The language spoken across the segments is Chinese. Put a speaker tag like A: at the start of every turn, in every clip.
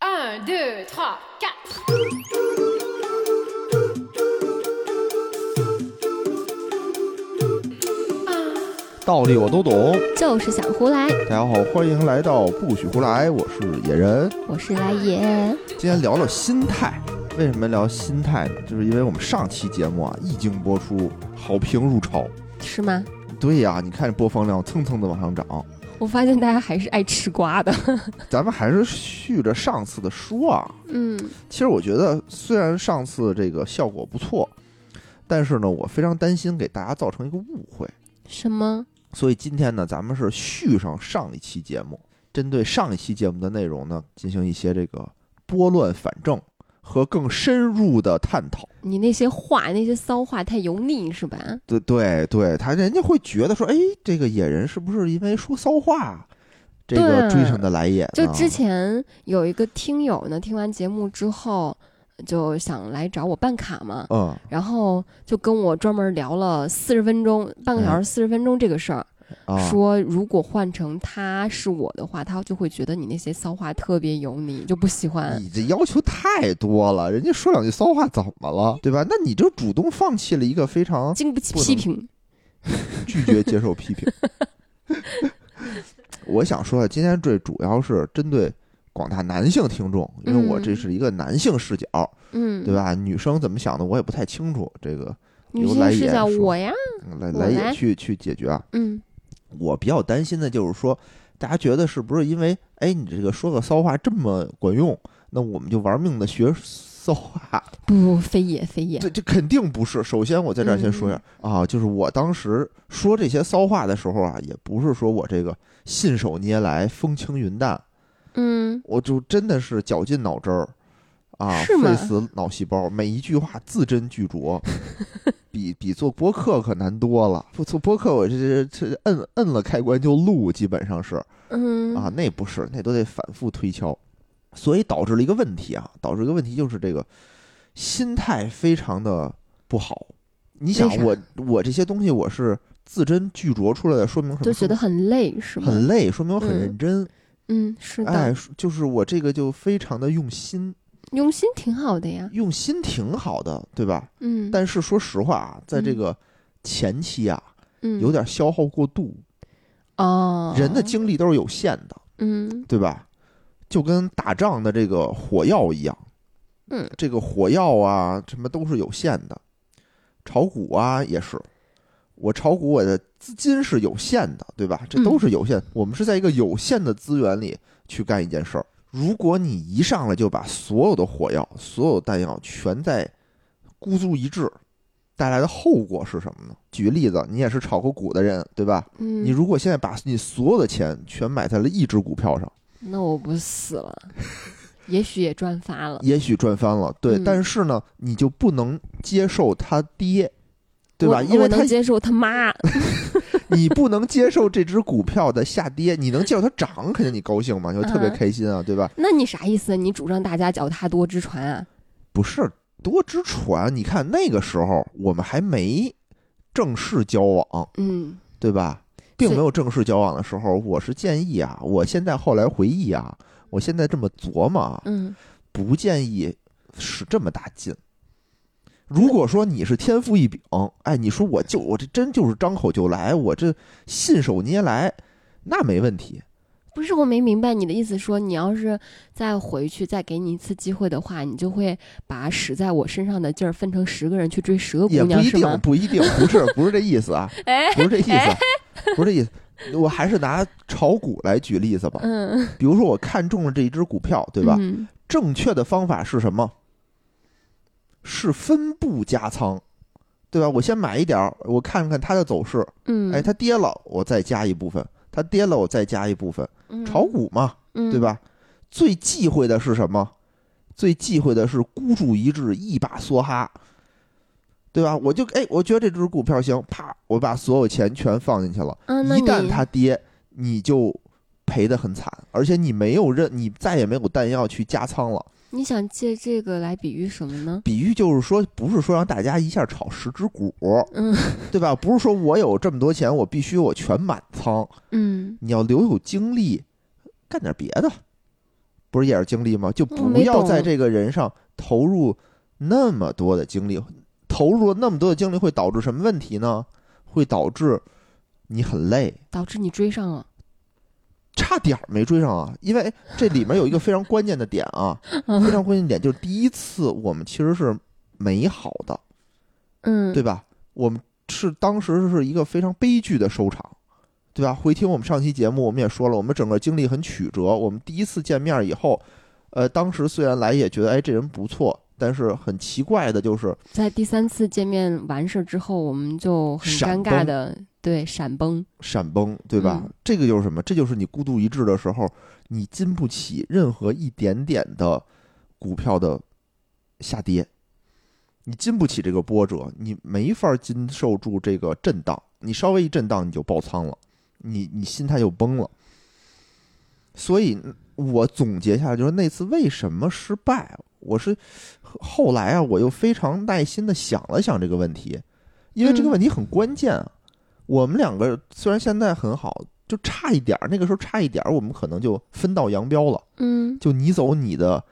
A: 1, 2, 3, 4.
B: 《道理我都懂。
C: 就是想胡来，
B: 大家好，欢迎来到不许胡来，我是野人。
C: 我是来也。
B: 今天聊聊心态，为什么聊心态呢？就是因为我们上期节目啊一经播出，好评如潮。
C: 是吗？
B: 对呀、你看这播放量蹭蹭的往上涨。
C: 我发现大家还是爱吃瓜的。
B: 咱们还是续着上次的说啊。
C: 嗯，
B: 其实我觉得，虽然上次这个效果不错，但是呢，我非常担心给大家造成一个误会。
C: 什么？
B: 所以今天呢，咱们是续上上一期节目，针对上一期节目的内容呢，进行一些这个拨乱反正和更深入的探讨。
C: 你那些话，那些骚话太油腻是吧？
B: 对对对，他人家会觉得说，哎，这个野人是不是因为说骚话，这个
C: 对
B: 追上的来也呢？
C: 就之前有一个听友呢，听完节目之后就想来找我办卡嘛，
B: 嗯，
C: 然后就跟我专门聊了四十分钟，半个小时四十分钟这个事儿，
B: 啊，
C: 说如果换成他是我的话，他就会觉得你那些骚话特别油腻，就不喜欢。
B: 你这要求太多了，人家说两句骚话怎么了，对吧？那你就主动放弃了一个非常
C: 经不起
B: 不能
C: 批评，
B: 拒绝接受批评。 我想说，今天这主要是针对广大男性听众，因为我这是一个男性视角，
C: 嗯，
B: 对？吧？女生怎么想的，我也不太清楚。这个
C: 女
B: 由来
C: 性视
B: 也
C: 角
B: 说
C: 我呀，
B: 嗯来
C: 我
B: 来也
C: 来
B: 去去解决啊。
C: 嗯，
B: 我比较担心的就是说，大家觉得是不是因为，哎，你这个说个骚话这么管用，那我们就玩命的学骚话？
C: 不，非也非也
B: 这，这肯定不是。首先，我在这儿先说
C: 嗯
B: 一下、啊，就是我当时说这些骚话的时候啊，也不是说我这个信手拈来、风轻云淡，
C: 嗯，
B: 我就真的是绞尽脑汁儿啊，
C: 是吗
B: 费死脑细胞，每一句话字斟句 酌，比比做播客可难多了。不做播客，我这这这摁摁了开关就录，基本上是
C: 嗯
B: 啊，，那不是，那都得反复推敲，所以导致了一个问题啊，导致一个问题就是这个心态非常的不好。你想
C: 为啥
B: 我我这些东西我是字斟句酌出来的，说明什么？
C: 就觉得很累是吗？
B: 很累，说明我很
C: 嗯
B: 认真。
C: 嗯，是的，
B: 哎，说就是我这个就非常的用心，
C: 用心挺好的呀，
B: 用心挺好的，对吧？
C: 嗯，
B: 但是说实话啊，在这
C: 嗯
B: 个前期啊，
C: 嗯
B: 有点消耗过度，
C: 哦，
B: 人的，精力都是有限的。
C: 嗯
B: 对吧？就跟打仗的这个火药一样，
C: 嗯，
B: 这个火药啊，什么都是有限的。炒股啊也是，我炒股我的资金是有限的，对
C: 嗯
B: 吧？这都是有限，我们是在一个有限的资源里去干一件事儿。如果你一上来就把所有的火药、所有弹药全在孤注一掷，带来的后果是什么呢？举个例子，你也是炒过股的人，对吧？
C: 嗯，
B: 你如果现在把你所有的钱全买在了一只股票上，
C: 那我不死了，也许也赚发了，
B: 也许赚翻了，对，
C: 嗯
B: 但是呢，你就不能接受他跌，对吧？
C: 我
B: 因为
C: 我
B: 他
C: 能接受他妈，
B: 你不能接受这只股票的下跌，你能接受它涨，肯定你高兴嘛，你会特别
C: 嗯
B: 开心啊，对吧？
C: 那你啥意思？你主张大家脚踏多只船啊？
B: 不是多只船，你看那个时候我们还没正式交往，
C: 嗯，
B: 对吧？并
C: 是
B: 没有正式交往的时候，我是建议啊，我现在后来回忆啊，我现在这么琢磨啊，
C: 嗯，
B: 不建议使这么大劲。如果说你是天赋异禀，哎，你说我就我这真就是张口就来，我这信手拈来，那没问题。
C: 不是，我没明白你的意思说，你要是再回去再给你一次机会的话，你就会把使在我身上的劲儿分成十个人去追十个
B: 也不
C: 姑娘，
B: 一
C: 是
B: 定，
C: 吗？
B: 不一定，不是不是这意思 啊，
C: 哎，
B: 不是这意思，不是这意思。我还是拿炒股来举例子吧，
C: 嗯，
B: 比如说我看中了这一只股票，对吧？
C: 嗯
B: 正确的方法是什么？是分步加仓，对吧？我先买一点儿，我看看它的走势，
C: 嗯，
B: 哎，它跌了，我再加一部分；它跌了，我再加一部分。
C: 嗯
B: 炒，股嘛，
C: 嗯
B: 对？吧？最忌讳的是什么？最忌讳的是孤注一掷，一把梭哈，对吧？我就哎，我觉得这只股票行，啪，我把所有钱全放进去了。
C: 嗯，那
B: 一
C: 你
B: 旦它跌，你就赔得很惨，而且你没有任，你再也没有弹药去加仓了。
C: 你想借这个来比喻什么呢？
B: 比喻就是说，不是说让大家一下炒十只股，
C: 嗯
B: 对吧？不是说我有这么多钱，我必须我全满仓。
C: 嗯，
B: 你要留有精力干点别的，不是也是精力吗？就
C: 嗯
B: 不
C: 没
B: 要
C: 懂
B: 在这个人上投入那么多的精力，投入了那么多的精力会导致什么问题呢？会导致你很累，
C: 导致你追上了。
B: 差点儿没追上啊！因为这里面有一个非常关键的点 啊，非常关键的点就是第一次我们其实是美好的，
C: 嗯，
B: 对吧？我们是当时是一个非常悲剧的收场，对吧？回听我们上期节目，我们也说了，我们整个经历很曲折。我们第一次见面以后，呃，当时虽然来也觉得哎这人不错，但是很奇怪的就是
C: 在第三次见面完事儿之后，我们就很
B: 闪
C: 尴尬的对闪崩，
B: 闪崩，对吧？
C: 嗯
B: 这个就是什么？这就是你孤注一掷的时候，你经不起任何一点点的股票的下跌，你经不起这个波折，你没法经受住这个震荡。你稍微一震荡，你就爆仓了，你你心态就崩了。所以，我总结下来就是那次为什么失败，我是后来啊，我又非常耐心的想了想这个问题，因为这个
C: 嗯
B: 问题很关键啊。我们两个虽然现在很好，就差一点儿，那个时候差一点儿，我们可能就分道扬镳了。
C: 嗯，
B: 就你走你的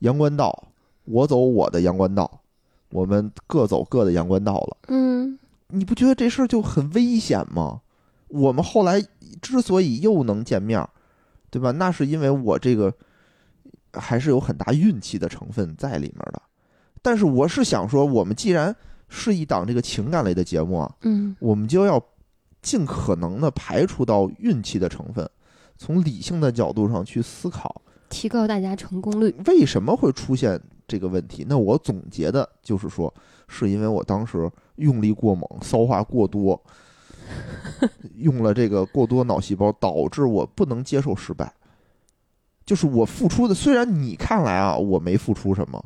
B: 阳关道，我走我的阳关道，我们各走各的阳关道了。
C: 嗯，
B: 你不觉得这事儿就很危险吗？我们后来之所以又能见面儿，对吧？那是因为我这个还是有很大运气的成分在里面的。但是我是想说，我们既然是一档这个情感类的节目啊，
C: 嗯，
B: 我们就要尽可能的排除到运气的成分，从理性的角度上去思考
C: 提高大家成功率。
B: 为什么会出现这个问题。那我总结的就是说，是因为我当时用力过猛，骚话过多，用了这个过多脑细胞，导致我不能接受失败。就是我付出的，虽然你看来啊我没付出什么，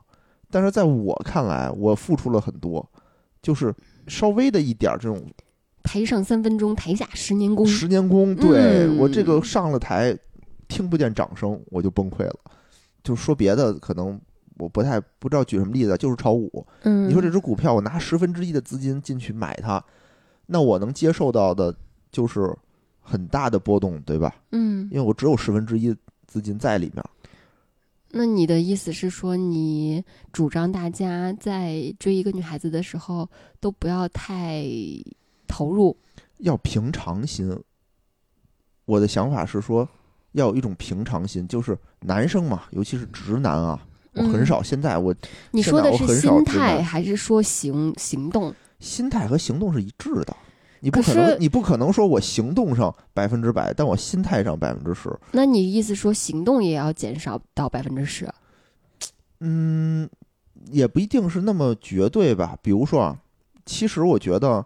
B: 但是在我看来我付出了很多，就是稍微的一点儿这种
C: 台上三分钟，台下十年功。
B: 十年功，对、
C: 嗯
B: 我这个上了台听不见掌声，我就崩溃了。就说别的，可能我不太不知道举什么例子，就是炒股。
C: 嗯，
B: 你说这只股票，我拿十分之一的资金进去买它，那我能接受到的就是很大的波动，对吧？
C: 嗯，
B: 因为我只有十分之一资金在里面。
C: 那你的意思是说，你主张大家在追一个女孩子的时候，都不要太投入，
B: 要平常心。我的想法是说，要有一种平常心，就是男生嘛，尤其是直男啊，我很
C: 嗯
B: 少现在我
C: 你
B: 现
C: 说
B: 在
C: 的
B: 我
C: 是
B: 很少
C: 心
B: 直
C: 态
B: 男
C: 还是说行行动？
B: 心态和行动是一致的。你不
C: 可
B: 可能
C: 是，
B: 你不可能说我行动上百分之百，但我心态上百分之十。
C: 那你意思说行动也要减少到百分之十？啊
B: 嗯，也不一定是那么绝对吧。比如说啊，其实我觉得，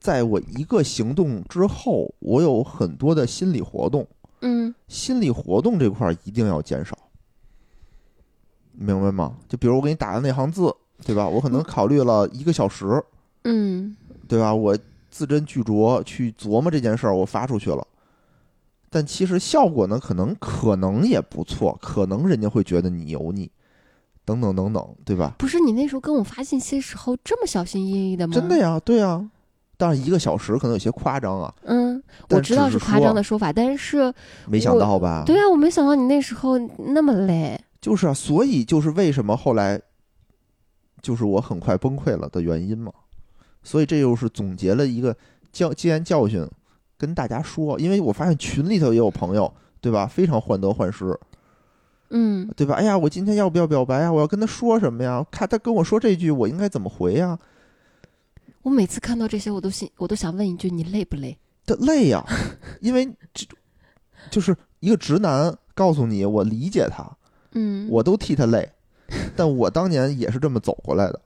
B: 在我一个行动之后，我有很多的心理活动，
C: 嗯
B: 心理活动这块儿一定要减少，明白吗？就比如我给你打的那行字，对吧？我可能考虑了一个小时，
C: 嗯
B: 对吧？我字斟句酌去琢磨这件事儿，我发出去了，但其实效果呢，可能可能也不错，可能人家会觉得你油腻，等等等等，对吧？
C: 不是你那时候跟我发信息时候这么小心翼翼的吗？
B: 真的呀，对呀。但是一个小时可能有些夸张啊，
C: 嗯，我
B: 但
C: 知道
B: 只是
C: 夸张的
B: 说，啊
C: 说法，但是
B: 没想
C: 我
B: 到吧？
C: 对啊，我没想到你那时候那么累。
B: 就是啊，所以就是为什么后来就是我很快崩溃了的原因嘛。所以这又是总结了一个教经验教训，跟大家说，因为我发现群里头也有朋友，对吧？非常患得患失，
C: 嗯
B: 对吧？哎呀，我今天要不要表白啊呀？我要跟他说什么呀？看他跟我说这句，我应该怎么回啊呀？呃
C: 我每次看到这些，我都心，我都想问一句：你累不累？
B: 他累呀，因为这就是一个直男告诉你，我理解他，
C: 嗯，
B: 我都替他 累，但我当年也是这么走过来的。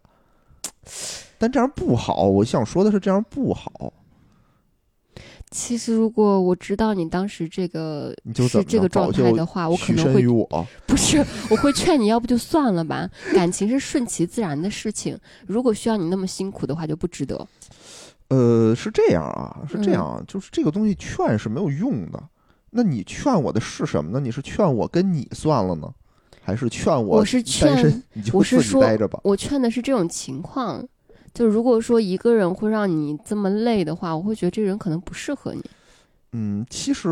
B: 但这样不好，我想说的是这样不好。
C: 其实如果我知道你当时这个
B: 你就是怎么
C: 这
B: 着
C: 个状态
B: 就
C: 的话，啊我可
B: 取
C: 能
B: 身
C: 会
B: 于我，
C: 不是，我会劝你要不就算了吧。感情是顺其自然的事情，如果需要你那么辛苦的话，就不值得。
B: 呃，是这样啊，是这样
C: 嗯
B: 啊，就是这个东西劝是没有用的。那你劝我的是什么呢？你是劝我跟你算了呢，还是劝
C: 我
B: 我
C: 是
B: 单
C: 劝
B: 身你就
C: 我是
B: 自己
C: 说
B: 待着吧？
C: 我劝的是这种情况，就如果说一个人会让你这么累的话，我会觉得这人可能不适合你。
B: 嗯，其实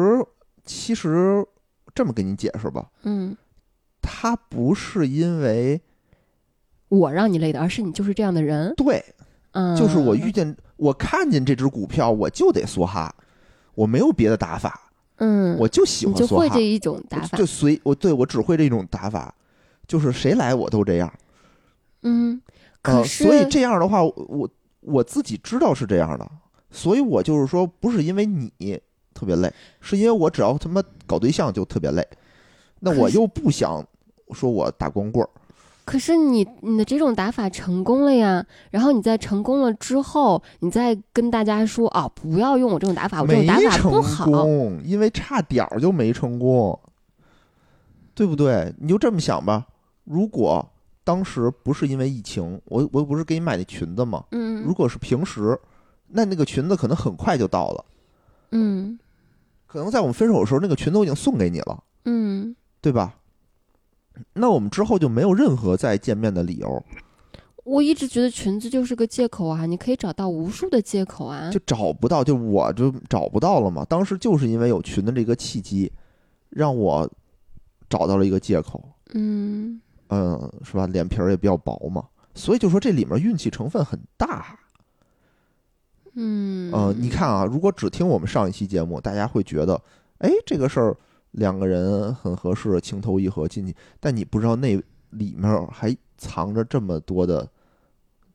B: 其实这么跟你解释吧，
C: 嗯
B: 他不是因为
C: 我让你累的，而是你就是这样的人。
B: 对，
C: 嗯，
B: 就是我遇见我看见这只股票，我就得梭哈，我没有别的打法，
C: 嗯，
B: 我就喜
C: 你
B: 欢
C: 就
B: 梭
C: 会
B: 哈
C: 这，一种打法
B: 就，随我对我只会这种打法，就是谁来我都这样。
C: 嗯。可
B: 呃，
C: 是，
B: 所以这样的话，我我自己知道是这样的，所以我就是说，不是因为你特别累，是因为我只要他妈搞对象就特别累，那
C: 可
B: 我
C: 是
B: 又不想说我打光棍儿，
C: 可是你你的这种打法成功了呀，然后你在成功了之后，你再跟大家说啊，不要用我这种打法，啊我这
B: 没
C: 种打法
B: 成
C: 不好。
B: 功，因为差点儿就没成功，对不对？你就这么想吧，如果当时不是因为疫情，我我不是给你买那裙子吗？如
C: 嗯
B: 果是平时，那那个裙子可能很快就到了，
C: 嗯
B: 可能在我们分手的时候，那个裙子我已经送给你了。
C: 嗯，
B: 对吧？那我们之后就没有任何再见面的理由，
C: 我一直觉得裙子就是个借口啊，你可以找到无数的借口啊
B: 就。找不到，就我就找不到了嘛。当时就是因为有群的这个契机，让我找到了一个借口，
C: 嗯
B: 嗯，是吧？脸皮儿也比较薄嘛，所以就说这里面运气成分很大。啊
C: 嗯
B: 呃，你看啊，如果只听我们上一期节目，大家会觉得，哎，这个事儿两个人很合适，情投意合进去，但你不知道那里面还藏着这么多的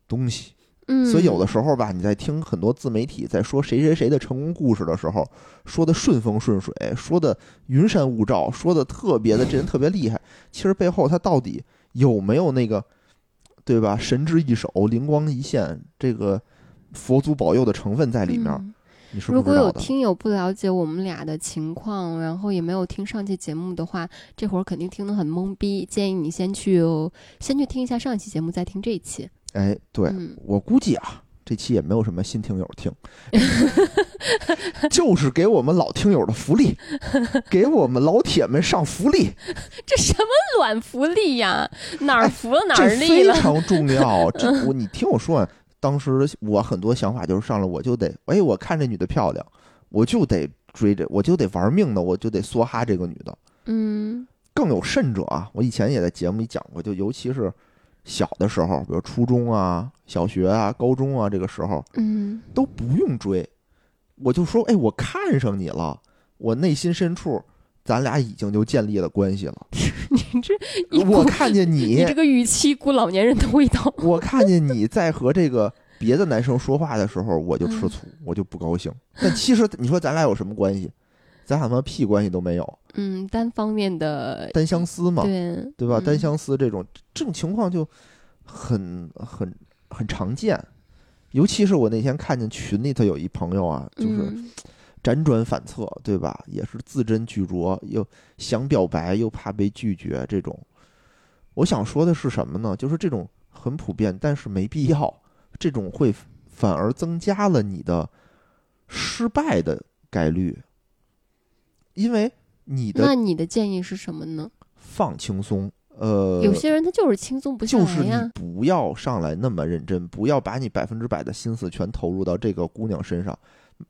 B: 东西。
C: 嗯，
B: 所以有的时候吧，你在听很多自媒体在说谁谁谁的成功故事的时候，说的顺风顺水，说的云山雾罩，说的特别的这人特别厉害，其实背后他到底有没有那个，对吧？神之一手，灵光一现，这个佛祖保佑的成分在里面，
C: 嗯
B: 你是
C: 如
B: 不
C: 果
B: 知
C: 有
B: 道的。
C: 听友不了解我们俩的情况，然后也没有听上期节目的话，这会儿肯定听得很懵逼。建议你先去先去听一下上一期节目，再听这一期。
B: 哎，对
C: 嗯
B: 我估计啊，这期也没有什么新听友听，就是给我们老听友的福利，给我们老铁们上福利。
C: 这什么卵福利呀？
B: 哎
C: 哪儿服了哪
B: 这
C: 儿利了
B: 非？常重 要。这我你听我说完，当时我很多想法就是上来我就得，哎，我看这女的漂亮，我就得追着，我就得玩命的，我就得梭哈这个女的。
C: 嗯
B: 更有甚者啊，我以前也在节目里讲过，就尤其是小的时候，比如初中啊、小学啊、高中啊，这个时候
C: 嗯
B: 都不用追，我就说，哎，我看上你了，我内心深处。咱俩已经就建立了关系了。
C: 你这一股
B: 我看见你，
C: 你这个语气，股老年人的味道。
B: 我看见你在和这个别的男生说话的时候，我就
C: 嗯
B: 吃醋，我就不高兴。但其实你说咱俩有什么关系？咱俩他妈屁关系都没有，
C: 嗯，单方面的，
B: 单相思嘛，
C: 对
B: 对吧？
C: 嗯
B: 单相思这种这种情况就很很很常见。尤其是我那天看见群里头有一朋友啊，就是
C: 嗯
B: 辗转反侧，对吧？也是字斟句酌，又想表白又怕被拒绝，这种。我想说的是什么呢？就是这种很普遍，但是没必要，这种会反而增加了你的失败的概率，因为你的
C: 那你的建议是什么呢？
B: 放轻松，呃，
C: 有些人他就是轻松不下
B: 就是
C: 来
B: 你
C: 呀。
B: 不要上来那么认真，不要把你百分之百的心思全投入到这个姑娘身上。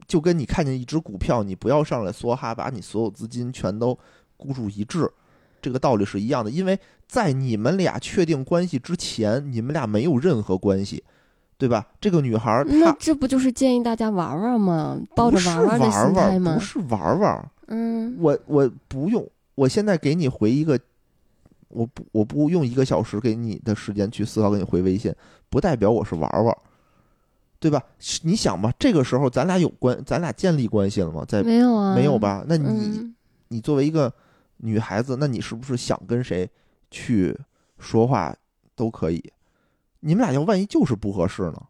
B: 就跟你看见一只股票，你不要上来梭哈，把你所有资金全都孤注一掷，这个道理是一样的。因为在你们俩确定关系之前，你们俩没有任何关系，对吧？这个女孩儿
C: 那
B: 她
C: 这不就是建议大家玩玩吗？抱
B: 不
C: 着
B: 是
C: 玩
B: 玩
C: 的心态
B: 玩，
C: 吗
B: 不？是玩玩，
C: 嗯
B: 我我不用，我现在给你回一个，我不我不用一个小时给你的时间去思考，给你回微信，不代表我是玩玩，对吧？是你想吧，这个时候咱俩有关，咱俩建立关系了吗？在
C: 没有啊，
B: 没有？吧？那你
C: 嗯
B: 你作为一个女孩子，那你是不是想跟谁去说话都可以？你们俩要万一就是不合适呢？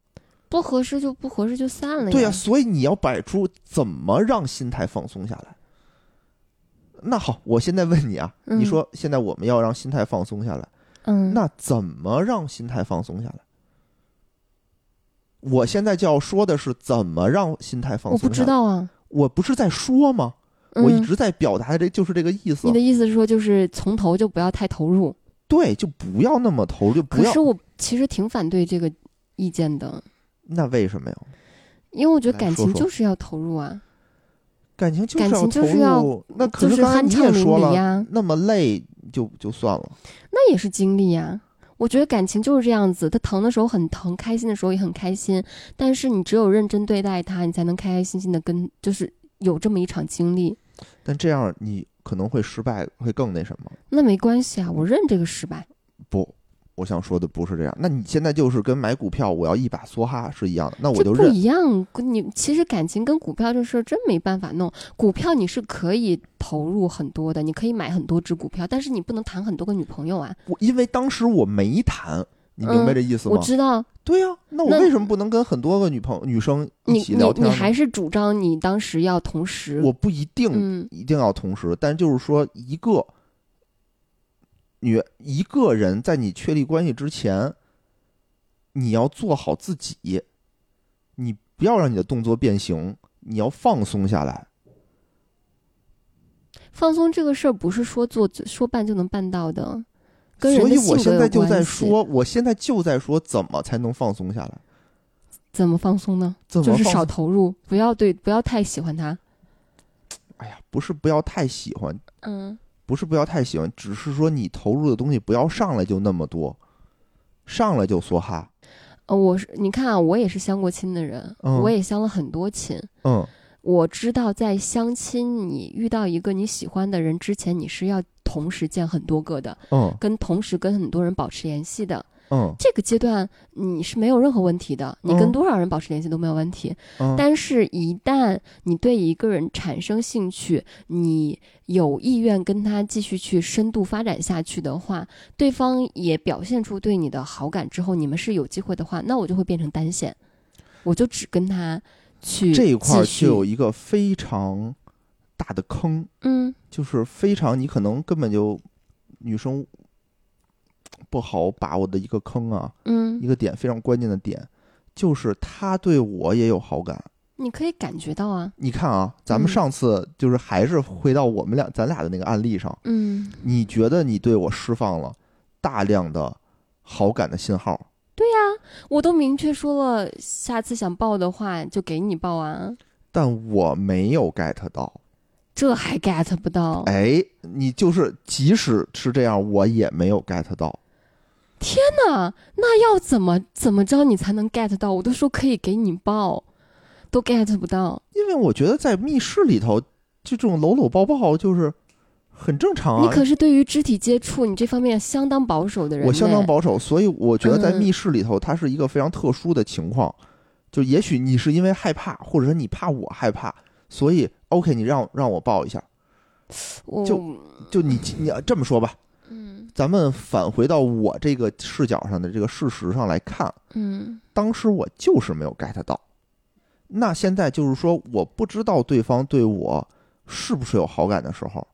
C: 不合适就不合适就散了
B: 对呀、
C: 呀。
B: 所以你要摆出怎么让心态放松下来。那好，我现在问你啊，
C: 嗯
B: 你说现在我们要让心态放松下来，
C: 嗯，
B: 那怎么让心态放松下来？我现在就要说的是怎么让心态放
C: 我
B: 松下来。
C: 不知，道啊。
B: 我不是在说吗？
C: 嗯
B: 我一直在表达的这就是这个意思
C: 你的。意思是说，就是从头就不要太投入？
B: 对，就不要那么投入，就不
C: 可
B: 要
C: 是。我其实挺反对这个意见的，
B: 那为什么呀？
C: 因为我觉得
B: 来
C: 感
B: 说
C: 情
B: 说
C: 就是要投入啊。
B: 感情就是
C: 感
B: 要
C: 情
B: 投
C: 就是
B: 入，
C: 要
B: 那可
C: 就是
B: 刚才
C: 酣
B: 你
C: 畅
B: 也
C: 淋
B: 说
C: 漓
B: 了，
C: 呀
B: 那么累就就算了。
C: 那也是经历呀、我觉得感情就是这样子，它疼的时候很疼，开心的时候也很开心。但是你只有认真对待它，你才能开开心心的跟，就是有这么一场经历。
B: 但这样你可能会失败，会更那什么。
C: 那没关系啊，我认这个失败。
B: 不，我想说的不是这样。那你现在就是跟买股票，我要一把梭哈是一样的，那我
C: 这
B: 就
C: 不
B: 认。
C: 一样，你其实感情跟股票这事儿真没办法弄。股票你是可以投入很多的，你可以买很多只股票，但是你不能谈很多个女朋友啊。
B: 我因为当时我没谈，你明白
C: 嗯
B: 这意思吗？
C: 我知道
B: 对呀、那我
C: 那
B: 为什么不能跟很多个女朋友、女生一
C: 你
B: 起
C: 你
B: 聊天
C: 你
B: 呢？
C: 还是主张你当时要同时，
B: 我不一定
C: 嗯
B: 一定要同时，但就是说一个女一个人在你确立关系之前，你要做好自己，你不要让你的动作变形，你要放松下来。
C: 放松这个事儿不是说做说办就能办到的，跟人
B: 所
C: 的
B: 以
C: 性
B: 我
C: 格
B: 现
C: 有
B: 在就在
C: 关系
B: 说，我现在就在说，怎么才能放松下来？
C: 怎么放松呢？
B: 怎么
C: 就是
B: 放
C: 少
B: 松
C: 投入，不要对不要太喜欢他。
B: 哎呀，不是不要太喜欢，
C: 嗯，
B: 不是不要太喜欢，只是说你投入的东西不要上来就那么多，上来就梭哈。
C: 呃，我是你看啊，我也是相过亲的人，
B: 嗯
C: 我也相了很多亲。
B: 嗯，
C: 我知道，在相亲你遇到一个你喜欢的人之前，你是要同时见很多个的，
B: 嗯
C: 跟同时跟很多人保持联系的。
B: 嗯
C: 这个阶段你是没有任何问题的，你
B: 嗯
C: 跟多少人保持联系都没有问题。
B: 嗯，
C: 但是，一旦你对一个人产生兴趣，你有意愿跟他继续去深度发展下去的话，对方也表现出对你的好感之后，你们是有机会的话，那我就会变成单线，我就只跟他去
B: 这一块儿
C: 继续
B: 就有一个非常大的坑，
C: 嗯
B: 就是非常你可能根本就女生不好把握的一个坑啊，
C: 嗯
B: 一，个点非常关键的点，就是她对我也有好感。
C: 你可以感觉到啊，
B: 你看啊，咱们
C: 嗯
B: 上次就是还是回到我们俩咱俩的那个案例上，
C: 嗯，
B: 你觉得你对我释放了大量的好感的信号，
C: 我都明确说了，下次想报的话就给你报啊，
B: 但我没有 get
C: 哦
B: 到。
C: 这还 get 不到，
B: 哎，你就是即使是这样，我也没有 get 到。
C: 那那要怎么怎么着你才能 get 到？我都说可以给你报，都 get 不到，
B: 因为我觉得在密室里头，这种搂搂抱抱就是很正常
C: 你
B: 啊。
C: 可是对于肢体接触你这方面相当保守的人，
B: 我相当，保守，所以我觉得在
C: 嗯
B: 密室里头，它是一个非常特殊的情况。就也许你是因为害怕，或者说你怕我害怕，所以 OK，你让让我抱一下。
C: 我
B: 就就你你这么说吧，
C: 嗯
B: 咱们返回到我这个视角上的这个事实上来看，
C: 嗯
B: 当时我就是没有 get 到。那现在就是说，我不知道对方对我是不是有好感的时候，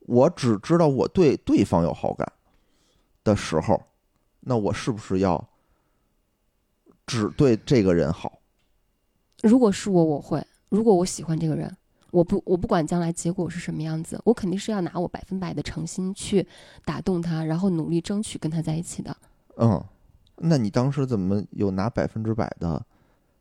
B: 我只知道我对对方有好感的时候，那我是不是要只对这个人好？
C: 如果是我，我会，如果我喜欢这个人。我不，我不管将来结果是什么样子，我肯定是要拿我百分百的诚心去打动他，然后努力争取跟他在一起的。
B: 嗯，那你当时怎么有拿百分之百的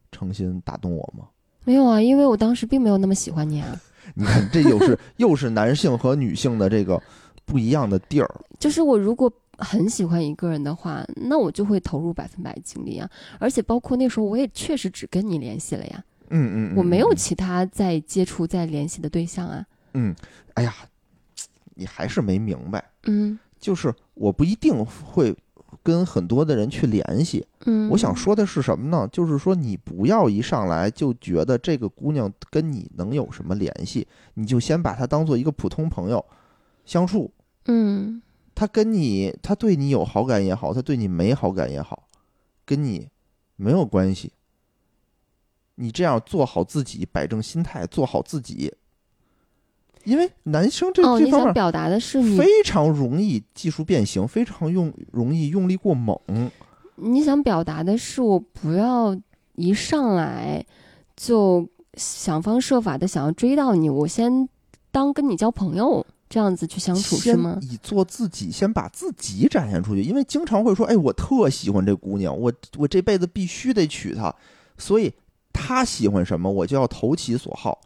B: 诚心打动我吗？
C: 没有啊，因为我当时并没有那么喜欢你啊。
B: 你看，这又是 又是男性和女性的这个不一样的地儿。
C: 就是我如果很喜欢一个人的话，那我就会投入百分百精力啊。而且包括那时候，我也确实只跟你联系了呀，
B: 嗯嗯，嗯
C: 我没有
B: 嗯
C: 其他再接触、再联系的对象啊。
B: 哎呀，你还是没明白，
C: 嗯
B: 就是我不一定会跟很多的人去联系。
C: 嗯，
B: 我想说的是什么呢？就是说你不要一上来就觉得这个姑娘跟你能有什么联系，你就先把她当做一个普通朋友相处。
C: 嗯，
B: 她跟你，她对你有好感也好，她对你没好感也好，跟你没有关系。你这样做好自己，摆正心态，做好自己。因为男生这、
C: 哦，
B: 这
C: 你
B: 方面
C: 想表达的是你，
B: 非常容易技术变形，非常用容易用力过猛。
C: 你想表达的是我不要一上来就想方设法的想要追到你，我先当跟你交朋友这样子去相处是
B: 先
C: 吗？
B: 以做自己，先把自己展现出去，因为经常会说：“哎，我特喜欢这姑娘，我我这辈子必须得娶她。”所以她喜欢什么，我就要投其所好。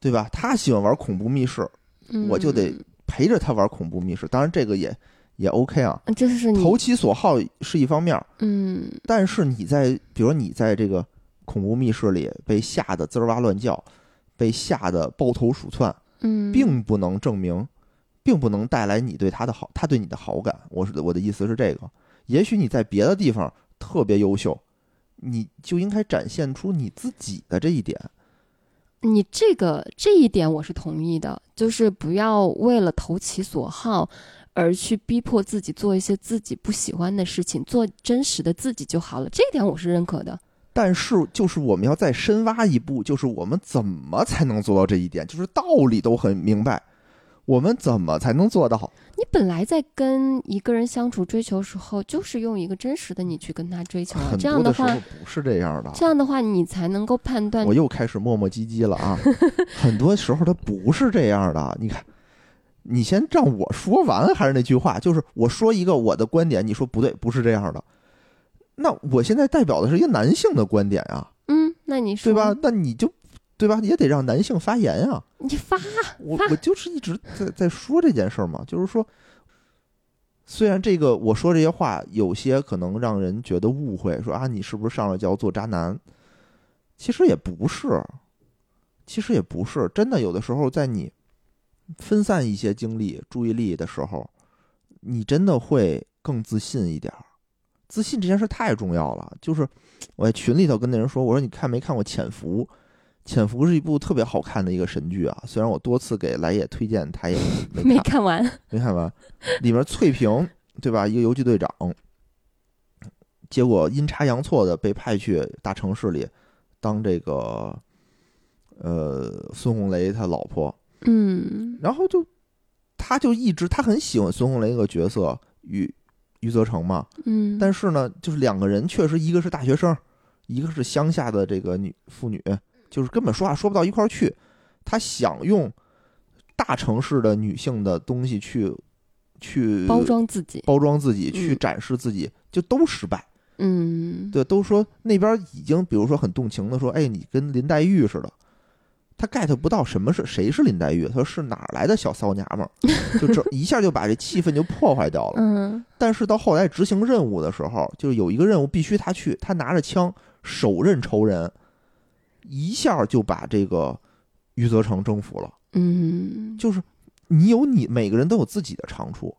B: 对吧？他喜欢玩恐怖密室，
C: 嗯
B: 我就得陪着他玩恐怖密室。当然，这个也也 OK 啊，
C: 嗯这是你
B: 投其所好是一方面儿，
C: 嗯
B: 但是你在，比如说你在这个恐怖密室里被吓得滋儿哇乱叫，被吓得抱头鼠窜，
C: 嗯，
B: 并不能证明，并不能带来你对他的好，他对你的好感。我是我的意思是这个，也许你在别的地方特别优秀，你就应该展现出你自己的这一点。
C: 你这个这一点我是同意的，就是不要为了投其所好而去逼迫自己做一些自己不喜欢的事情，做真实的自己就好了。这一点我是认可的。
B: 但是，就是我们要再深挖一步，就是我们怎么才能做到这一点？就是道理都很明白，我们怎么才能做到？
C: 你本来在跟一个人相处、追求时候，就是用一个真实的你去跟他追求啊，
B: 很
C: 这样
B: 多的时候
C: 话，
B: 不是这样的。啊
C: 这样的话你才能够判断
B: 我又开始磨磨唧唧了啊！ 很多时候他不是这样的。你看，你先让我说完，还是那句话，就是我说一个我的观点，你说不对，不是这样的。那我现在代表的是一个男性的观点啊，
C: 嗯，那你
B: 对
C: 说
B: 吧？？那你就对吧，也得让男性发言啊。
C: 你发
B: 我
C: 发
B: 我就是一直在在说这件事儿嘛，就是说，虽然这个我说这些话有些可能让人觉得误会，说啊你是不是上来就要做渣男？其实也不是，其实也不是，真的有的时候在你分散一些精力、注意力的时候，你真的会更自信一点儿。自信这件事太重要了，就是我在群里头跟那人说，我说你看没看过《潜伏》？《潜伏》是一部特别好看的一个神剧啊，虽然我多次给来也推荐，他也没看
C: 没看 完，
B: 没看完。里面翠萍对吧，一个游击队长，结果阴差阳错的被派去大城市里当这个呃孙红雷他老婆，
C: 嗯
B: 然后就他就一直他很喜欢孙红雷那个角色余余则成嘛，
C: 嗯，
B: 但是呢，就是两个人确实一个是大学生，一个是乡下的这个女妇女，就是根本说话说不到一块儿去。她想用大城市的女性的东西去去
C: 包装自己，
B: 包装自己，
C: 嗯
B: 去展示自己，就都失败。
C: 嗯，
B: 对，都说那边已经，比如说很动情的说，哎，你跟林黛玉似的。他 get 不到什么是谁是林黛玉，他说是哪儿来的小骚娘们儿，就这一下就把这气氛就破坏掉了。
C: 嗯
B: 但是到后来执行任务的时候，就是有一个任务必须他去，他拿着枪手刃仇人，一下就把这个余则成征服了。
C: 嗯，
B: 就是你有你，每个人都有自己的长处，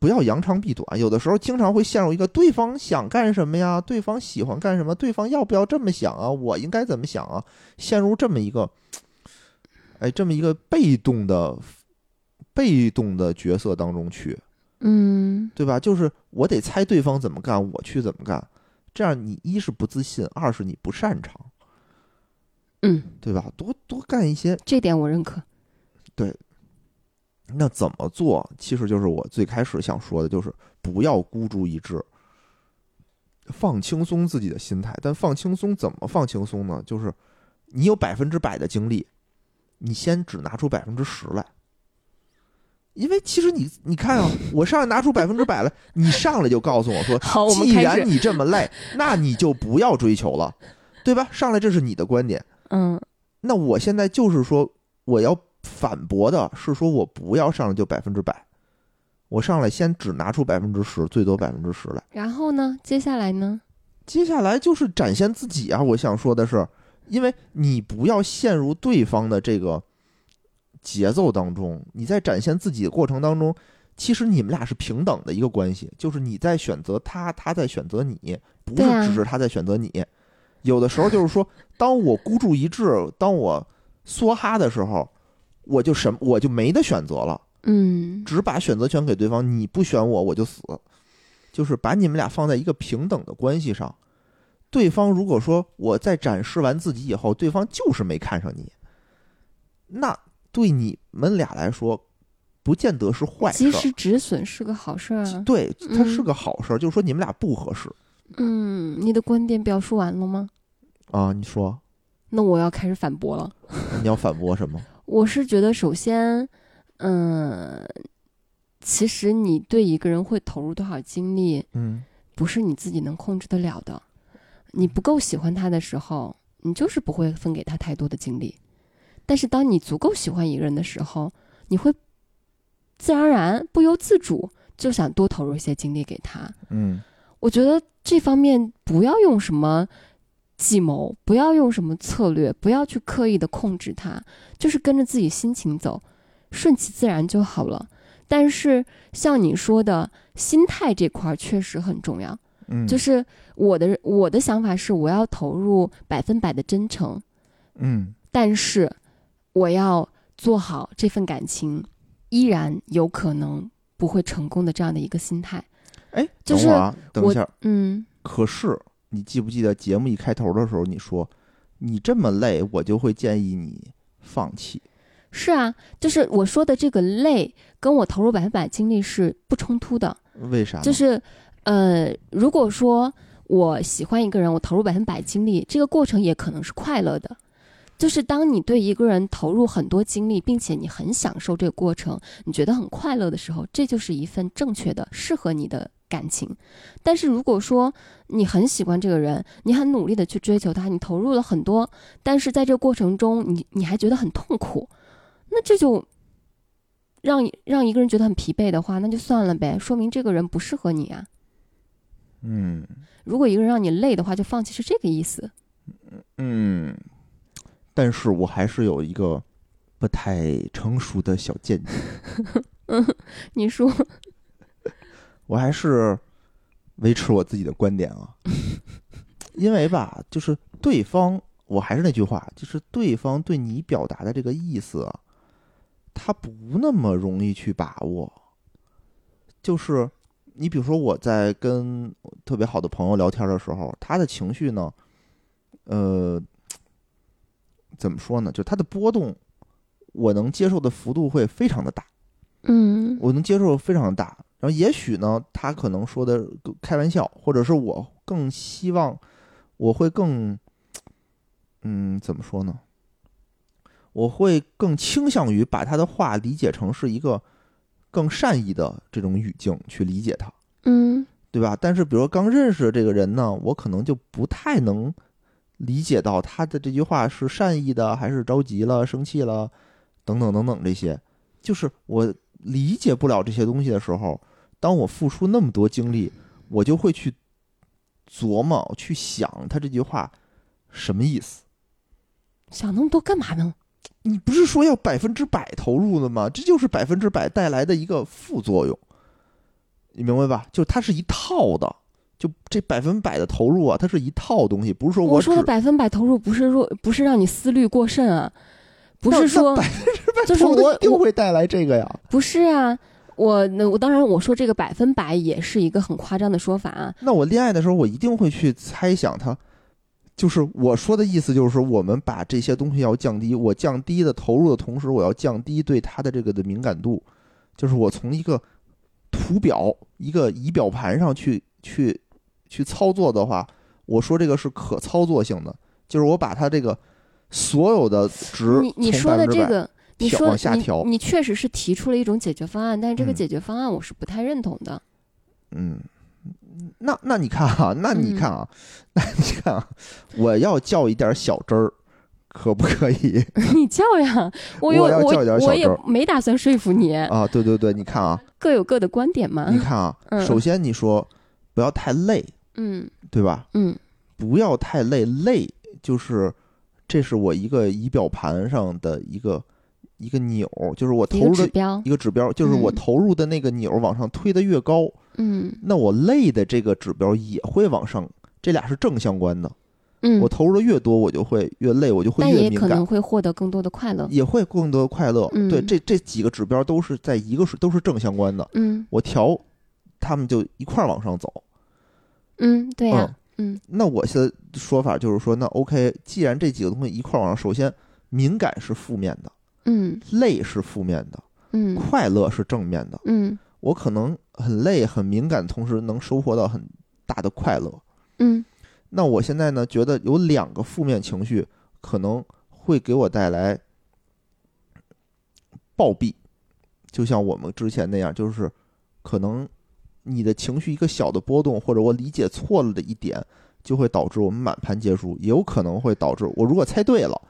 B: 不要扬长避短。有的时候经常会陷入一个对方想干什么呀，对方喜欢干什么，对方要不要这么想啊，我应该怎么想啊，陷入这么一个，哎，这么一个被动的、被动的角色当中去。
C: 嗯
B: 对吧？就是我得猜对方怎么干，我去怎么干，这样你一是不自信，二是你不擅长，
C: 嗯，
B: 对吧？多多干一些，
C: 这点我认可。
B: 那怎么做？其实就是我最开始想说的，就是不要孤注一掷，放轻松自己的心态。但放轻松怎么放轻松呢？就是你有百分之百的精力，你先只拿出百分之十来。因为其实你你看啊，我上来拿出百分之百了，你上来就告诉我说，
C: 好，我们
B: 既
C: 开
B: 然
C: 始。
B: 你这么累，那你就不要追求了，对吧？上来这是你的观点，
C: 嗯
B: 那我现在就是说，我要反驳的是说我不要上来就百分之百，我上来先只拿出百分之十，最多百分之十来。
C: 然后呢？接下来呢？
B: 接下来就是展现自己啊！我想说的是，因为你不要陷入对方的这个节奏当中，你在展现自己的过程当中，其实你们俩是平等的一个关系，就是你在选择他，他在选择你，不
C: 对啊
B: 是只是他在选择你。有的时候就是说，当我孤注一掷，当我梭哈的时候，我就什么我就没得选择了。
C: 嗯
B: 只把选择权给对方，你不选我我就死，就是把你们俩放在一个平等的关系上。对方如果说我在展示完自己以后，对方就是没看上你，那对你们俩来说，不见得是坏事
C: 及
B: 儿。
C: 时嗯止损是个好事儿啊。
B: 对，它是
C: 嗯
B: 个好事儿，就是说你们俩不合适
C: 嗯，你的观点表述完了吗？
B: 啊。你说
C: 那我要开始反驳了。
B: 你要反驳什么？
C: 我是觉得，首先，嗯、其实你对一个人会投入多少精力，
B: 嗯，
C: 不是你自己能控制得了的。你不够喜欢他的时候，你就是不会分给他太多的精力。但是当你足够喜欢一个人的时候，你会自然而然、不由自主就想多投入一些精力给他。
B: 嗯
C: 我觉得这方面不要用什么计谋，不要用什么策略，不要去刻意的控制它，就是跟着自己心情走，顺其自然就好了。但是像你说的，心态这块儿确实很重要。
B: 嗯，
C: 就是我的我的想法是，我要投入百分百的真诚，
B: 嗯
C: 但是我要做好这份感情依然有可能不会成功的这样的一个心态。
B: 哎，
C: 就
B: 等会儿啊，等一
C: 我
B: 下，
C: 嗯，
B: 可是你记不记得节目一开头的时候你说，你这么累，我就会建议你放弃。
C: 是啊，就是我说的这个累，跟我投入百分百精力是不冲突的。
B: 为啥呢？
C: 就是，呃，如果说我喜欢一个人，我投入百分百精力，这个过程也可能是快乐的。就是当你对一个人投入很多精力，并且你很享受这个过程，你觉得很快乐的时候，这就是一份正确的、适合你的感情。但是如果说你很喜欢这个人，你很努力的去追求他，你投入了很多，但是在这个过程中，你你还觉得很痛苦，那这就让让一个人觉得很疲惫的话，那就算了呗，说明这个人不适合你啊。
B: 嗯
C: 如果一个人让你累的话，就放弃是这个意思。
B: 嗯，但是我还是有一个不太成熟的小见解，
C: 你说，
B: 我还是维持我自己的观点啊，因为吧，就是对方，我还是那句话，就是对方对你表达的这个意思啊，他不那么容易去把握，就是你比如说我在跟特别好的朋友聊天的时候，他的情绪呢，呃，怎么说呢？就是他的波动，我能接受的幅度会非常的大。
C: 嗯
B: 我能接受非常大。然后也许呢，他可能说的呃开玩笑，或者是我更希望我会更，嗯，怎么说呢？我会更倾向于把他的话理解成是一个更善意的这种语境去理解他，
C: 嗯
B: 对吧？但是，比如说刚认识的这个人呢，我可能就不太能理解到他的这句话是善意的，还是着急了、生气了，等等等等这些。就是我理解不了这些东西的时候，当我付出那么多精力，我就会去琢磨、去想他这句话什么意思。
C: 想那么多干嘛呢？
B: 你不是说要百分之百投入的吗？这就是百分之百带来的一个副作用，你明白吧？就它是一套的，就这百分百的投入啊，它是一套东西，不是说
C: 我
B: 只
C: 说的百分百投入不是若不是让你思虑过剩啊，不是说
B: 百分之百
C: 就是
B: 投入
C: 我
B: 一定
C: 我
B: 会带来这个呀。
C: 不是啊。我那我当然我说这个百分百也是一个很夸张的说法啊，
B: 那我恋爱的时候，我一定会去猜想它。就是我说的意思，就是说我们把这些东西要降低，我降低的投入的同时，我要降低对它的这个的敏感度，就是我从一个图表、一个仪表盘上去去去操作的话，我说这个是可操作性的，就是我把它这个所有的值
C: 你你
B: 从
C: 说的
B: 100%
C: 这个，你
B: 调
C: 说
B: 往下调
C: 你你确实是提出了一种解决方案，但是这个
B: 嗯
C: 解决方案我是不太认同的。
B: 嗯，那那你看啊，那你
C: 嗯
B: 看啊，那你看啊，我要较一点小真儿，可不可以
C: 你叫呀，我有
B: 我要
C: 我
B: 叫一点小
C: 我也
B: 周儿
C: 没打算说服你，
B: 啊？对对对，你看啊，
C: 各有各的观点嘛。
B: 你看啊，
C: 呃嗯
B: 首先你说不要太累，
C: 嗯
B: 对吧？
C: 嗯
B: 不要太累，累就是这是我一个仪表盘上的一个一个钮儿，就是我投
C: 一个
B: 入
C: 指
B: 的
C: 标，
B: 一个指标，就是我
C: 嗯
B: 投入的那个钮儿往上推的越高，
C: 嗯
B: 那我累的这个指标也会往上，这俩是正相关的。
C: 嗯
B: 我，投入的越多，我就会越累，我就会
C: 但
B: 越
C: 也
B: 敏
C: 可
B: 感
C: 能，会获得更多的快乐。
B: 也会更多的快乐。
C: 嗯
B: 对，这这几个指标都是在一个水都是正相关的。
C: 嗯
B: 我调，他们就一块儿往上走。
C: 嗯，对呀、
B: 嗯
C: 嗯
B: 那我现在说法就是说，那 OK，既然这几个东西一块儿往上，首先敏感是负面的，
C: 嗯
B: 累是负面的，
C: 嗯
B: 快乐是正面的。
C: 嗯
B: 我可能很累很敏感，同时能收获到很大的快乐。
C: 嗯
B: 那我现在呢，觉得有两个负面情绪可能会给我带来暴毙，就像我们之前那样，就是可能你的情绪一个小的波动，或者我理解错了的一点，就会导致我们满盘皆输，也有可能会导致我如果猜对了，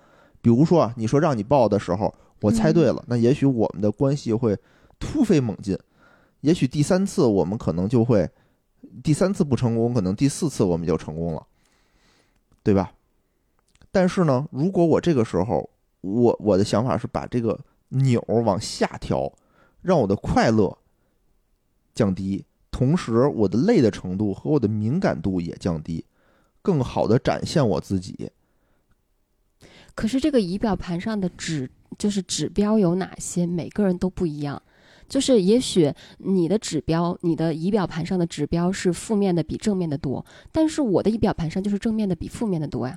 B: 比如说啊，你说让你报的时候，我猜对了，那也许我们的关系会突飞猛进，也许第三次我们可能就会，第三次不成功，可能第四次我们就成功了，对吧？但是呢，如果我这个时候，我我的想法是把这个钮儿往下调，让我的快乐降低，同时我的累的程度和我的敏感度也降低，更好的展现我自己。
C: 可是这个仪表盘上的指就是指标有哪些，每个人都不一样。就是也许你的指标，你的仪表盘上的指标是负面的比正面的多，但是我的仪表盘上就是正面的比负面的多呀、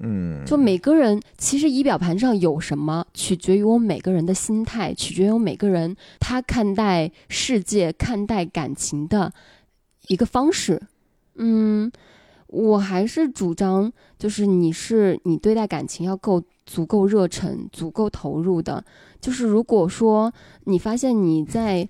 B: 嗯，
C: 就每个人其实仪表盘上有什么，取决于我每个人的心态，取决于我每个人他看待世界、看待感情的一个方式。嗯，我还是主张，就是你是你对待感情要够足够热忱、足够投入的。就是如果说你发现你在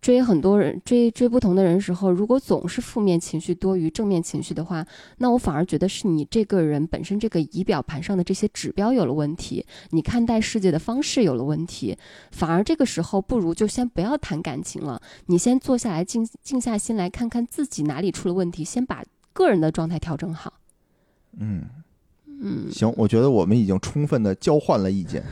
C: 追很多人、追追不同的人时候，如果总是负面情绪多于正面情绪的话，那我反而觉得是你这个人本身这个仪表盘上的这些指标有了问题，你看待世界的方式有了问题，反而这个时候不如就先不要谈感情了，你先坐下来静静下心来看看自己哪里出了问题，先把个人的状态调整好。
B: 嗯，
C: 嗯，
B: 行，我觉得我们已经充分的交换了意 见，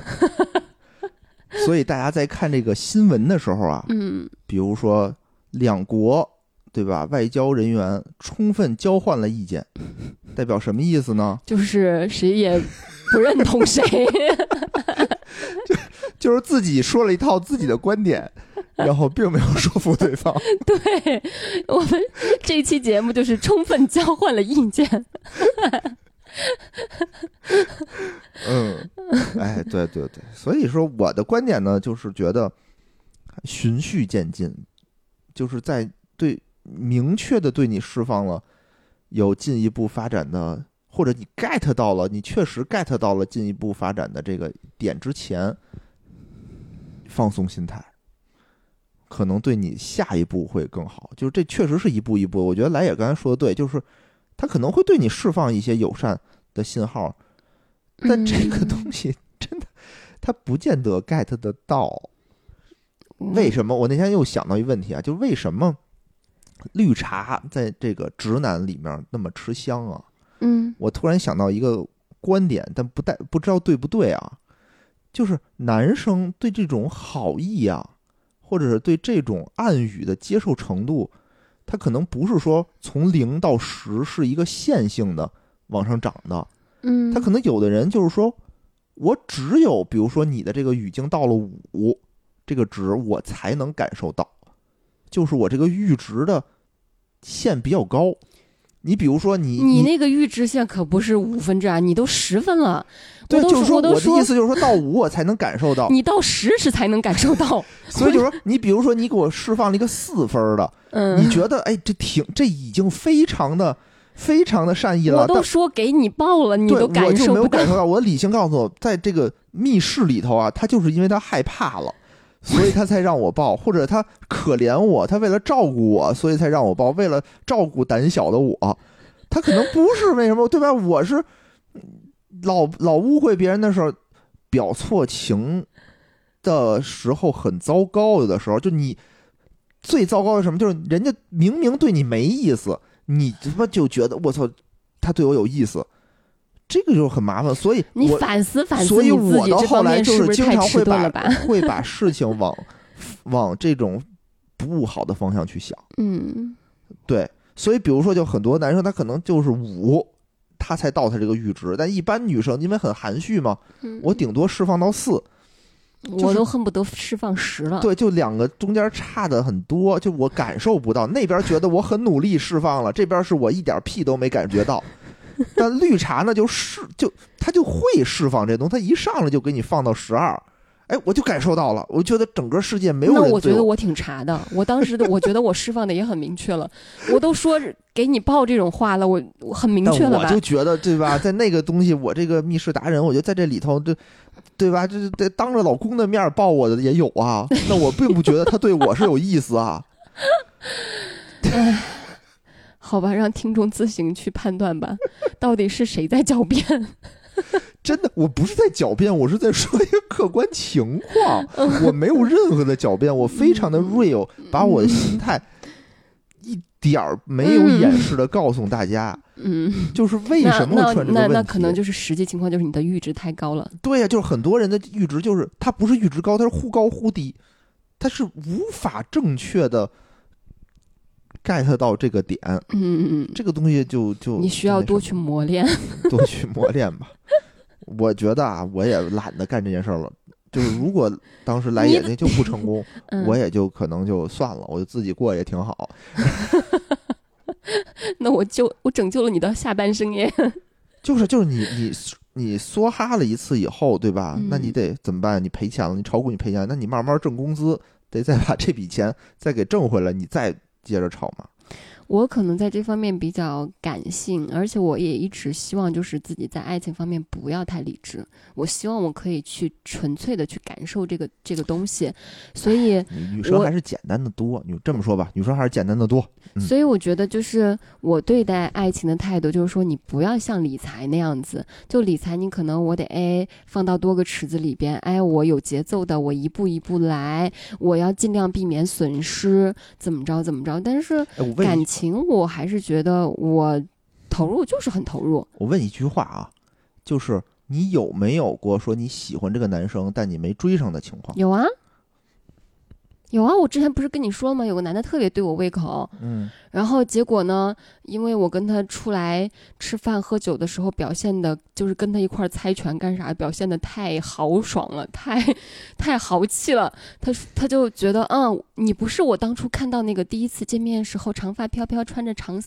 B: 所以大家在看这个新闻的时候啊，
C: 嗯，
B: 比如说两国对吧，外交人员充分交换了意 见，代表什么意思呢？
C: 就是谁也不认同 谁。
B: 就是自己说了一套自己的观点，然后并没有说服对方。
C: 对我们这期节目就是充分交换了意见。
B: 嗯， 哎，对对对，所以说我的观点呢，就是觉得循序渐进，就是在对明确的对你释放了有进一步发展的，或者你 get 到了，你确实 get 到了进一步发展的这个点之前，放松心态。可能对你下一步会更好，就是这确实是一步一步。我觉得来也刚才说的对，就是他可能会对你释放一些友善的信号，但这
C: 嗯
B: 个东西真的，他不见得 get 得到。
C: 嗯
B: 为什么？我那天又想到一问题啊，就为什么绿茶在这个直男里面那么吃香啊？
C: 嗯
B: 我突然想到一个观点，但不带不知道对不对啊，就是男生对这种好意啊，或者是对这种暗语的接受程度，他可能不是说从零到十是一个线性的往上涨的，
C: 嗯，
B: 他可能有的人就是说，我只有比如说你的这个语境到了五这个值，我才能感受到，就是我这个阈值的线比较高。你比如说你
C: 你那个预知线可不是五分制啊，你都十分了，
B: 对，
C: 我都
B: 就是
C: 我
B: 说
C: 都
B: 我的
C: 说
B: 意思就是哦说到五我才能感受到，
C: 你到十时才能感受 到。
B: 所以就是说你比如说你给我释放了一个四分儿的，你
C: 嗯，
B: 觉得哎这挺这已经非常的非常的善意了，
C: 我
B: 啊但
C: 都说给你报了，你
B: 对
C: 都
B: 我
C: 感
B: 就
C: 受
B: 没有
C: 不到
B: 感。受到。我理性告诉我，在这个密室里头啊，他就是因为他害怕了，所以他才让我抱，或者他可怜我，他为了照顾我，所以才让我抱，为了照顾胆小的我，他可能不是为什么，对吧？我是嗯老老误会别人的时候，表错情的时候很糟糕，有的时候就你。最糟糕的是什么？就是人家明明对你没意思，你他妈就觉得我操，他对我有意思，这个就很麻烦。所以我，
C: 你反思反思
B: 所以
C: 你自
B: 我
C: 己
B: 到
C: 这
B: 后
C: 方
B: 来
C: 面
B: 就是
C: 不
B: 是
C: 是
B: 经
C: 太
B: 常
C: 迟
B: 会
C: 钝
B: 把
C: 了吧？
B: 会把事情往往这种不好的方向去想。
C: 嗯
B: 对，所以比如说，就很多男生他可能就是五，他才到他这个阈值，但一般女生因为很含蓄嘛，
C: 嗯，
B: 我顶多释放到四。就是
C: 我都恨不得释放十了。
B: 对，就两个中间差的很多，就我感受不到。那边觉得我很努力释放了，这边是我一点屁都没感觉 到。但绿茶呢，就是就它就会释放这东西，它一上来就给你放到十二，哎，我就感受到了，我觉得整个世界没有
C: 那
B: 人
C: 我觉
B: 对
C: 得我挺茶的，我当时的我觉得我释放的也很明确了， 我都说给你报这种话了，我我很明
B: 但
C: 确了
B: 我
C: 吧
B: 就？觉得对吧，在那个东西，我这个密室达人，我觉得在这里头，这对吧，这这当着老公的面抱我的也有啊，那我并不觉得他对我是有意思啊。
C: 好吧，让听众自行去判断吧，到底是谁在狡辩？
B: 真的，我不是在狡辩，我是在说一个客观情况，
C: 嗯
B: 我没有任何的狡辩，我非常的 real，把我的心态一点儿没有掩饰的告诉大家，
C: 嗯，
B: 就是为
C: 那
B: 什么
C: 那
B: 会出现这个
C: 那
B: 问题。
C: 那可能就是实际情况就是你的阈值太高了，
B: 对呀、就是很多人的阈值就是它不是阈值高，它是忽高忽低，它是无法正确的 get 到这个点，
C: 嗯嗯
B: 这个东西就就
C: 嗯，你需要
B: 就那
C: 多
B: 什
C: 去磨练，
B: 么多去磨练吧。 我觉得啊，我也懒得干这件事儿了。就是如果当时来
C: 你
B: 眼睛就不成功，
C: 嗯，
B: 我也就可能就算了，我就自己过也挺好。
C: 那我就我拯救了你的下半生耶，
B: 就是就是你你你梭哈了一次以后，对吧？
C: 嗯
B: 那你得怎么办？你赔钱了，你炒股你赔钱，那你慢慢挣工资，得再把这笔钱再给挣回来，你再接着炒嘛。
C: 我可能在这方面比较感性，而且我也一直希望就是自己在爱情方面不要太理智。我希望我可以去纯粹的去感受这个这个东西，所以
B: 你女生
C: 我
B: 还是简单的多，你这么说吧，女生还是简单的多。嗯
C: 所以我觉得就是我对待爱情的态度就是说，你不要像理财那样子，就理财你可能我得哎放到多个池子里边，哎我有节奏的，我一步一步来，我要尽量避免损失，怎么着怎么着。但是
B: 哎，我问
C: 感
B: 你，
C: 情我还是觉得我投入就是很投入。
B: 我问一句话啊，就是你有没有过说你喜欢这个男生，但你没追上的情况？
C: 有啊，有啊，我之前不是跟你说吗？有个男的特别对我胃口，
B: 嗯，
C: 然后结果呢，因为我跟他出来吃饭喝酒的时候，表现的就是跟他一块儿猜拳干啥，表现的太豪爽了，太太豪气了。他他就觉得，嗯，你不是我当初看到那个第一次见面时候长发飘飘、穿着长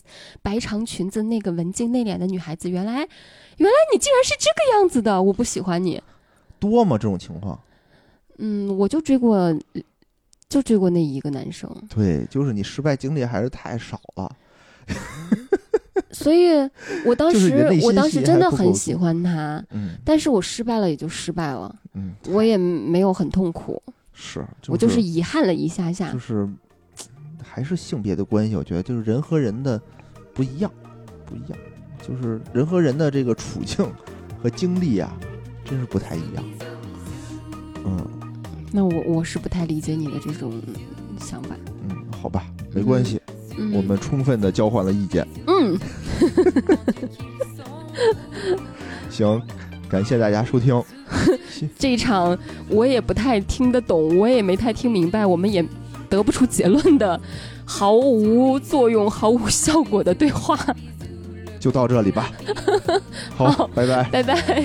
C: 白长裙子那个文静内敛的女孩子，原来原来你竟然是这个样子的，我不喜欢你。
B: 多吗？这种情况？
C: 嗯，我就追过，就追过那一个男生，
B: 对，就是你失败经历还是太少了。
C: 所以我当
B: 就是
C: 时
B: 你的内心
C: 我当
B: 戏
C: 时真
B: 还
C: 的
B: 不
C: 很
B: 够
C: 喜
B: 足
C: 欢他，
B: 嗯
C: 但是我失败了也就失败了，
B: 嗯，
C: 我也没有很痛苦，
B: 是，
C: 我就是遗憾了一下下。
B: 就是还是性别的关系，我觉得就是人和人的不一样，不一样，就是人和人的这个处境和经历啊，真是不太一样。嗯
C: 那我我是不太理解你的这种想法。
B: 嗯，好吧，没关系，
C: 嗯，
B: 我们充分的交换了意见。
C: 嗯，
B: 行，感谢大家收听。
C: 这一场我也不太听得懂，我也没太听明白，我们也得不出结论的，毫无作用、毫无效果的对话。
B: 就到这里吧。好，
C: 好
B: 拜拜。
C: 拜拜。